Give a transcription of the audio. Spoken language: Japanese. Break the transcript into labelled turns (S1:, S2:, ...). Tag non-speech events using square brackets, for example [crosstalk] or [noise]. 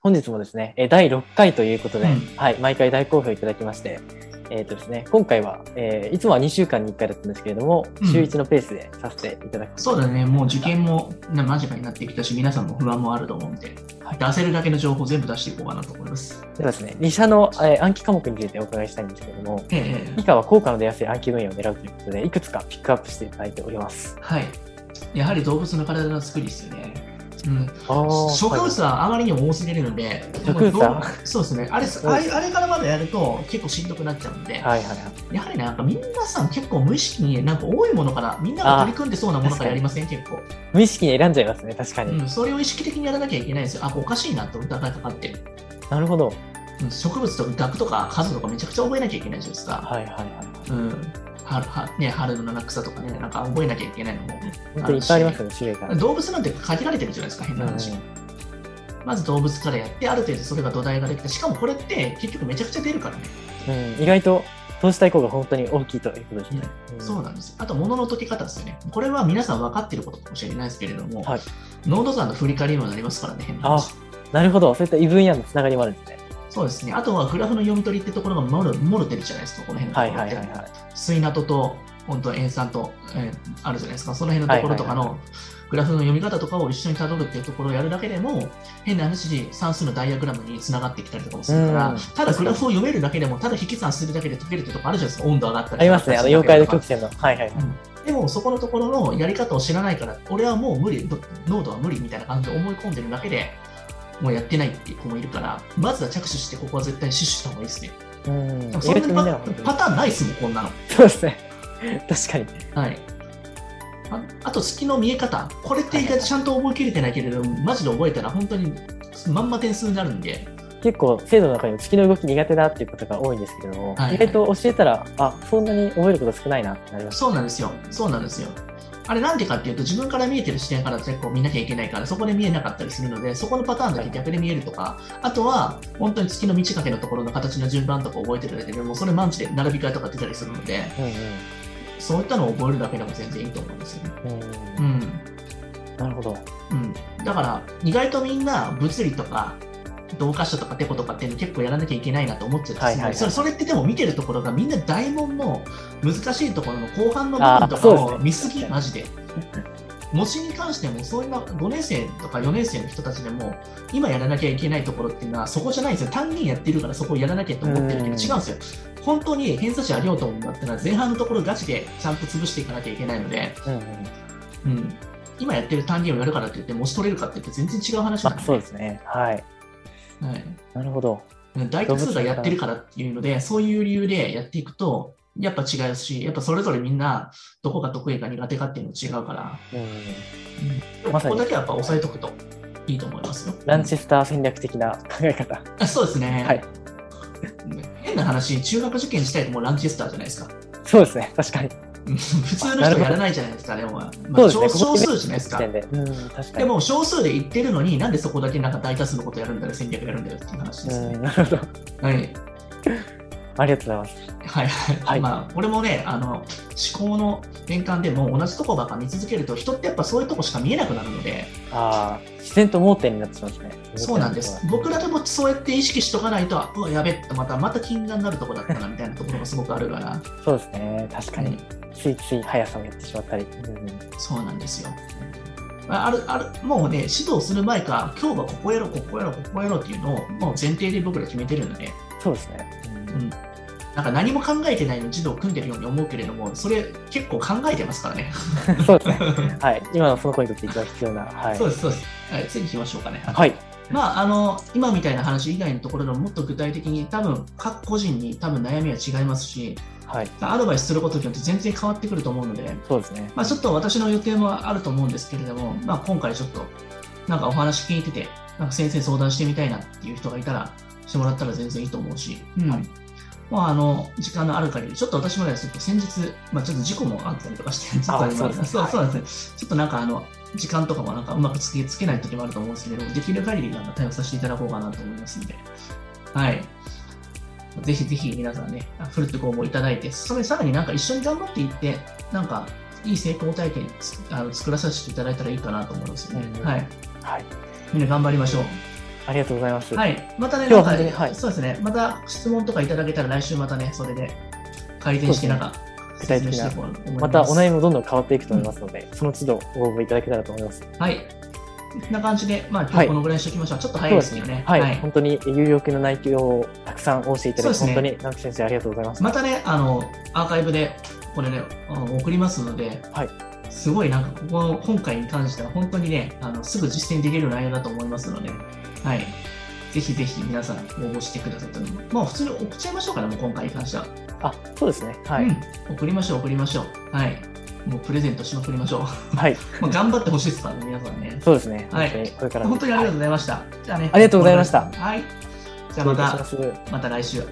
S1: 本日もですね、えー第6回ということで、
S2: うん
S1: はい、毎回大好評いただきまして、えーとですね、今回は、えーいつもは2週間に1回だったんですけれども、
S2: うん
S1: 週1のペースでさせていただく
S2: そうだね、もう受験もな間近になってきたし、皆さんも不安もあると思うんで、
S1: はい
S2: 出せるだけの情報全部出していこうかなと思います。
S1: ではですね、2社の、えー暗記科目についてお伺いしたいんですけれども、
S2: えええ
S1: 以
S2: え
S1: 下は効果の出やすい暗記分野を狙うということで、いくつかピックアップしていただいております。
S2: [laughs] はい。やはり動物の体の作りですよね。うん、
S1: あー
S2: 植物はあまりにも多すぎるので、
S1: 植物は
S2: もうどうそうですねあれすあれ、あれからまだやると結構しんどくなっちゃうんで、
S1: はいはいはいはい。
S2: やはりなんか皆さん結構無意識になんか多いものから、みんなが取り組んでそうなものからやりません、結構、
S1: 無意識に選んじゃいますね、確かに。
S2: うん。それを意識的にやらなきゃいけないんですよ。あ、これおかしいなって疑いかかってる。
S1: なるほど。
S2: うん植物と額とか数とかめちゃくちゃ覚えなきゃいけないじゃないですか。
S1: はいはいはい。
S2: うん。ははね、春の七草とかね、なんか覚えなきゃいけないのも。
S1: 本当にいっぱいありますよね、種類が。うん
S2: 動物なんて限られてるじゃないですか、変な話。まず動物からやって、ある程度それが土台ができた。しかもこれって結局めちゃくちゃ出るからね。
S1: うん、意外と投資対効果が本当に大きいということですね。ん
S2: そうなんですよ。あと、物の解き方ですよね。これは皆さん分かってることかもしれないですけれども、
S1: はい
S2: 濃度差の振り返りにもなりますからね、変な話。
S1: なるほど、そういった異分野のつながりもあるんですね。
S2: そうですね。あとはグラフの読み取りってところがもろもろ出るじゃないですか、この辺のと
S1: は
S2: こ
S1: い
S2: ろって。
S1: はいはいはい。
S2: 水ナトと本当塩酸と、えーあるじゃないですかその辺のところとか
S1: はいは
S2: のグラフの読み方とかを一緒にたどるっていうところをやるだけでも変な話算数のダイアグラムにつながってきたりとかもするから、
S1: うん
S2: ただグラフを読めるだけでもただ引き算するだけで解けるってところあるじゃないですか温度上がったり
S1: ありますね、あの妖怪の
S2: とか
S1: 曲線の。はいはい。
S2: でもそこのところのやり方を知らないから俺はもう無理ど濃度は無理みたいな感じで思い込んでるだけでもうやってないっていう子もいるからまずは着手してここは絶対死守した方がいいですね
S1: うん、意
S2: でも
S1: 外
S2: そ
S1: と
S2: んな
S1: みんな
S2: にパパ
S1: が本当に
S2: ターンないっすもんこんなの
S1: そうですね。 [laughs] 確かに。
S2: はい。ああと、月の見え方。これって意外とちゃんと覚えきれてないけれども、マジで覚えたら本当にまんま点数になるんで、
S1: 結構、制度の中にも月の動き苦手だっていうことが多いんですけれども、
S2: はいはい
S1: 意外と教えたら、あ、そんなに覚えること少ないなってなります。
S2: そうなんですよ。そうなんですよ。あれなんでかっていうと、自分から見えてる視点から結構見なきゃいけないから、そこで見えなかったりするので、そこのパターンだけ逆で見えるとか、あとは、本当に月の満ち欠けのところの形の順番とか覚えてるだけでも、それマンチで並び替えとか出たりするので、
S1: うん
S2: そういったのを覚えるだけでも全然いいと思うんですよね。
S1: うん。
S2: う
S1: うん
S2: ん。
S1: なるほど。
S2: うん、だから意外とみんな物理とか動化書とかテコとかっていうの結構やらなきゃいけないなと思っちゃって、
S1: はいはいはい
S2: それそれってでも見てるところがみんな大門の難しいところの後半の部
S1: あ
S2: 分
S1: ー
S2: とか
S1: そうです
S2: を
S1: ね
S2: 見すぎ、
S1: 確かに
S2: マジで。模試に関してもそういうな5年生とか4年生の人たちでも今やらなきゃいけないところっていうのはそこじゃないんですよ単元やってるからそこをやらなきゃと思ってる
S1: う
S2: けど違うんんですよ本当に偏差値上げようと思うんだったら前半のところガチでちゃんと潰していかなきゃいけないので、
S1: うんうん。
S2: うん、今やってる単元をやるからって言って、模試取れるかって言って、全然違う話な
S1: まあ、
S2: ん
S1: そうですね。はい。
S2: で、はい、
S1: なるほど。
S2: 大多数がやってるからっていうので、そういう理由でやっていくと、やっぱ違うし、やっぱそれぞれみんな、どこが得意か苦手かっていうの違うから、
S1: うん。
S2: うん
S1: まさに
S2: ここだけはやっぱ押さえとくといいと思いますよ。
S1: ランチスター戦略的な考え方。
S2: あそうですね、
S1: はい。
S2: 変な話、中学受験自体もうランチェスターじゃないですか。
S1: そうですね、確かに。
S2: うん普通の
S1: なる
S2: 人
S1: ほど
S2: やらないじゃないですか、でも、ま
S1: そう
S2: あ、
S1: ですねこ
S2: 少
S1: こ
S2: 少数じゃないです
S1: 時
S2: か。
S1: 点で。うん、確か
S2: で
S1: に。
S2: も少数で言ってるのに、なんでそこだけなんか大多数のことやるんだよ、戦略やるんだよっていう話です
S1: う
S2: ね。
S1: ん、なるほど。
S2: はい
S1: ありがとうございます。
S2: はいはい、
S1: はい
S2: まあ俺もねあの思考の転換でもう同じとこばっか見続けると人ってやっぱそういうとこしか見えなくなるので
S1: ああ、自然と盲点になってしまうんですね。
S2: そうなんです僕らでもそうやって意識しとかないとうわやべっとまたまた金眼になるとこだったなみたいなところがすごくあるから、
S1: そうですね、確か
S2: う
S1: に
S2: ん。
S1: ついつい速さをやってしまったり。うん、
S2: そうなんですよまああるあるもうね指導する前から今日はここやろうここやろうここやろうっていうのをもう前提で僕ら決めてるので
S1: そうですね。
S2: うんなんか何も考えてないのに児童組んでるように思うけれどもそれ結構考えてますからね
S1: そうですね。はい。今のその子にとって一番必要な。はい
S2: [laughs] そう。ですそうです、はい、次行きましょうかね
S1: はい。
S2: まあ、あの今みたいな話以外のところでももっと具体的に多分各個人に多分悩みは違いますし
S1: はい。
S2: アドバイスすることによって全然変わってくると思うので、
S1: そうですね。
S2: まあ、ちょっと私の予定もあると思うんですけれども、まあ、今回ちょっとなんかお話聞いててなんか先生相談してみたいなっていう人がいたらしてもらったら全然いいと思うし、うん
S1: はい
S2: まあ、あの時間のある限りちょっと私もねちょっと先日、まあ、ちょっと事故もあったりとかしてちょっとあれ
S1: そうですね
S2: そう
S1: はい
S2: そうなんですねちょっとなんかあの時間とかもなんかうまくつけつけない時もあると思うんですけれどもできる限りなんか対応させていただこうかなと思いますんで。はいぜひぜひ皆さんね、ふるってご応募いただいて、それさらになんか一緒に頑張っていって、なんかいい成功体験つあの作らさせていただいたらいいかなと思うんですよね。
S1: うん
S2: はい。
S1: はい。
S2: みんな頑張りましょう。
S1: ありがとうございます。
S2: はい。またね、
S1: 今日
S2: なんか、
S1: は本当にはい
S2: そうですね。また質問とかいただけたら来週またね、それで改善して、
S1: そ
S2: な
S1: うんで
S2: か、
S1: 具体的な
S2: 説明していこうと思いす
S1: またお悩みもどんどん変わっていくと思いますので、その都度ご応募いただけたらと思います。
S2: はい。こんな感じで、まあ、今
S1: は
S2: 日
S1: い
S2: このぐらいにしておきましょう。ちょっと早いですけどね。
S1: はい、本当に有用級の内容をたくさん応じていただき、
S2: そうですね
S1: 本当に直木先生ありがとうございます。
S2: またね、あの、アーカイブで、これね、あの送りますので、
S1: はい
S2: すごいなんか、ここの今回に関しては、本当にね、あのすぐ実践できる内容だと思いますので、はい。ぜひぜひ皆さん応募してくださいと。まあ、普通に送っちゃいましょうかね、もう今回に関しては。
S1: あ、そうですね。はい。
S2: うん。送りましょう、送りましょう。はい。もうプレゼントしまくりましょう。 [laughs]
S1: はい。
S2: まあ、頑張ってほしいですからね、皆さんね。
S1: そうですね。
S2: はい
S1: 本当にこれからも
S2: 本当にありがとうございました。じゃあね。
S1: ありがとうございました
S2: はい。じゃあまた、
S1: 失礼いたします
S2: また来週。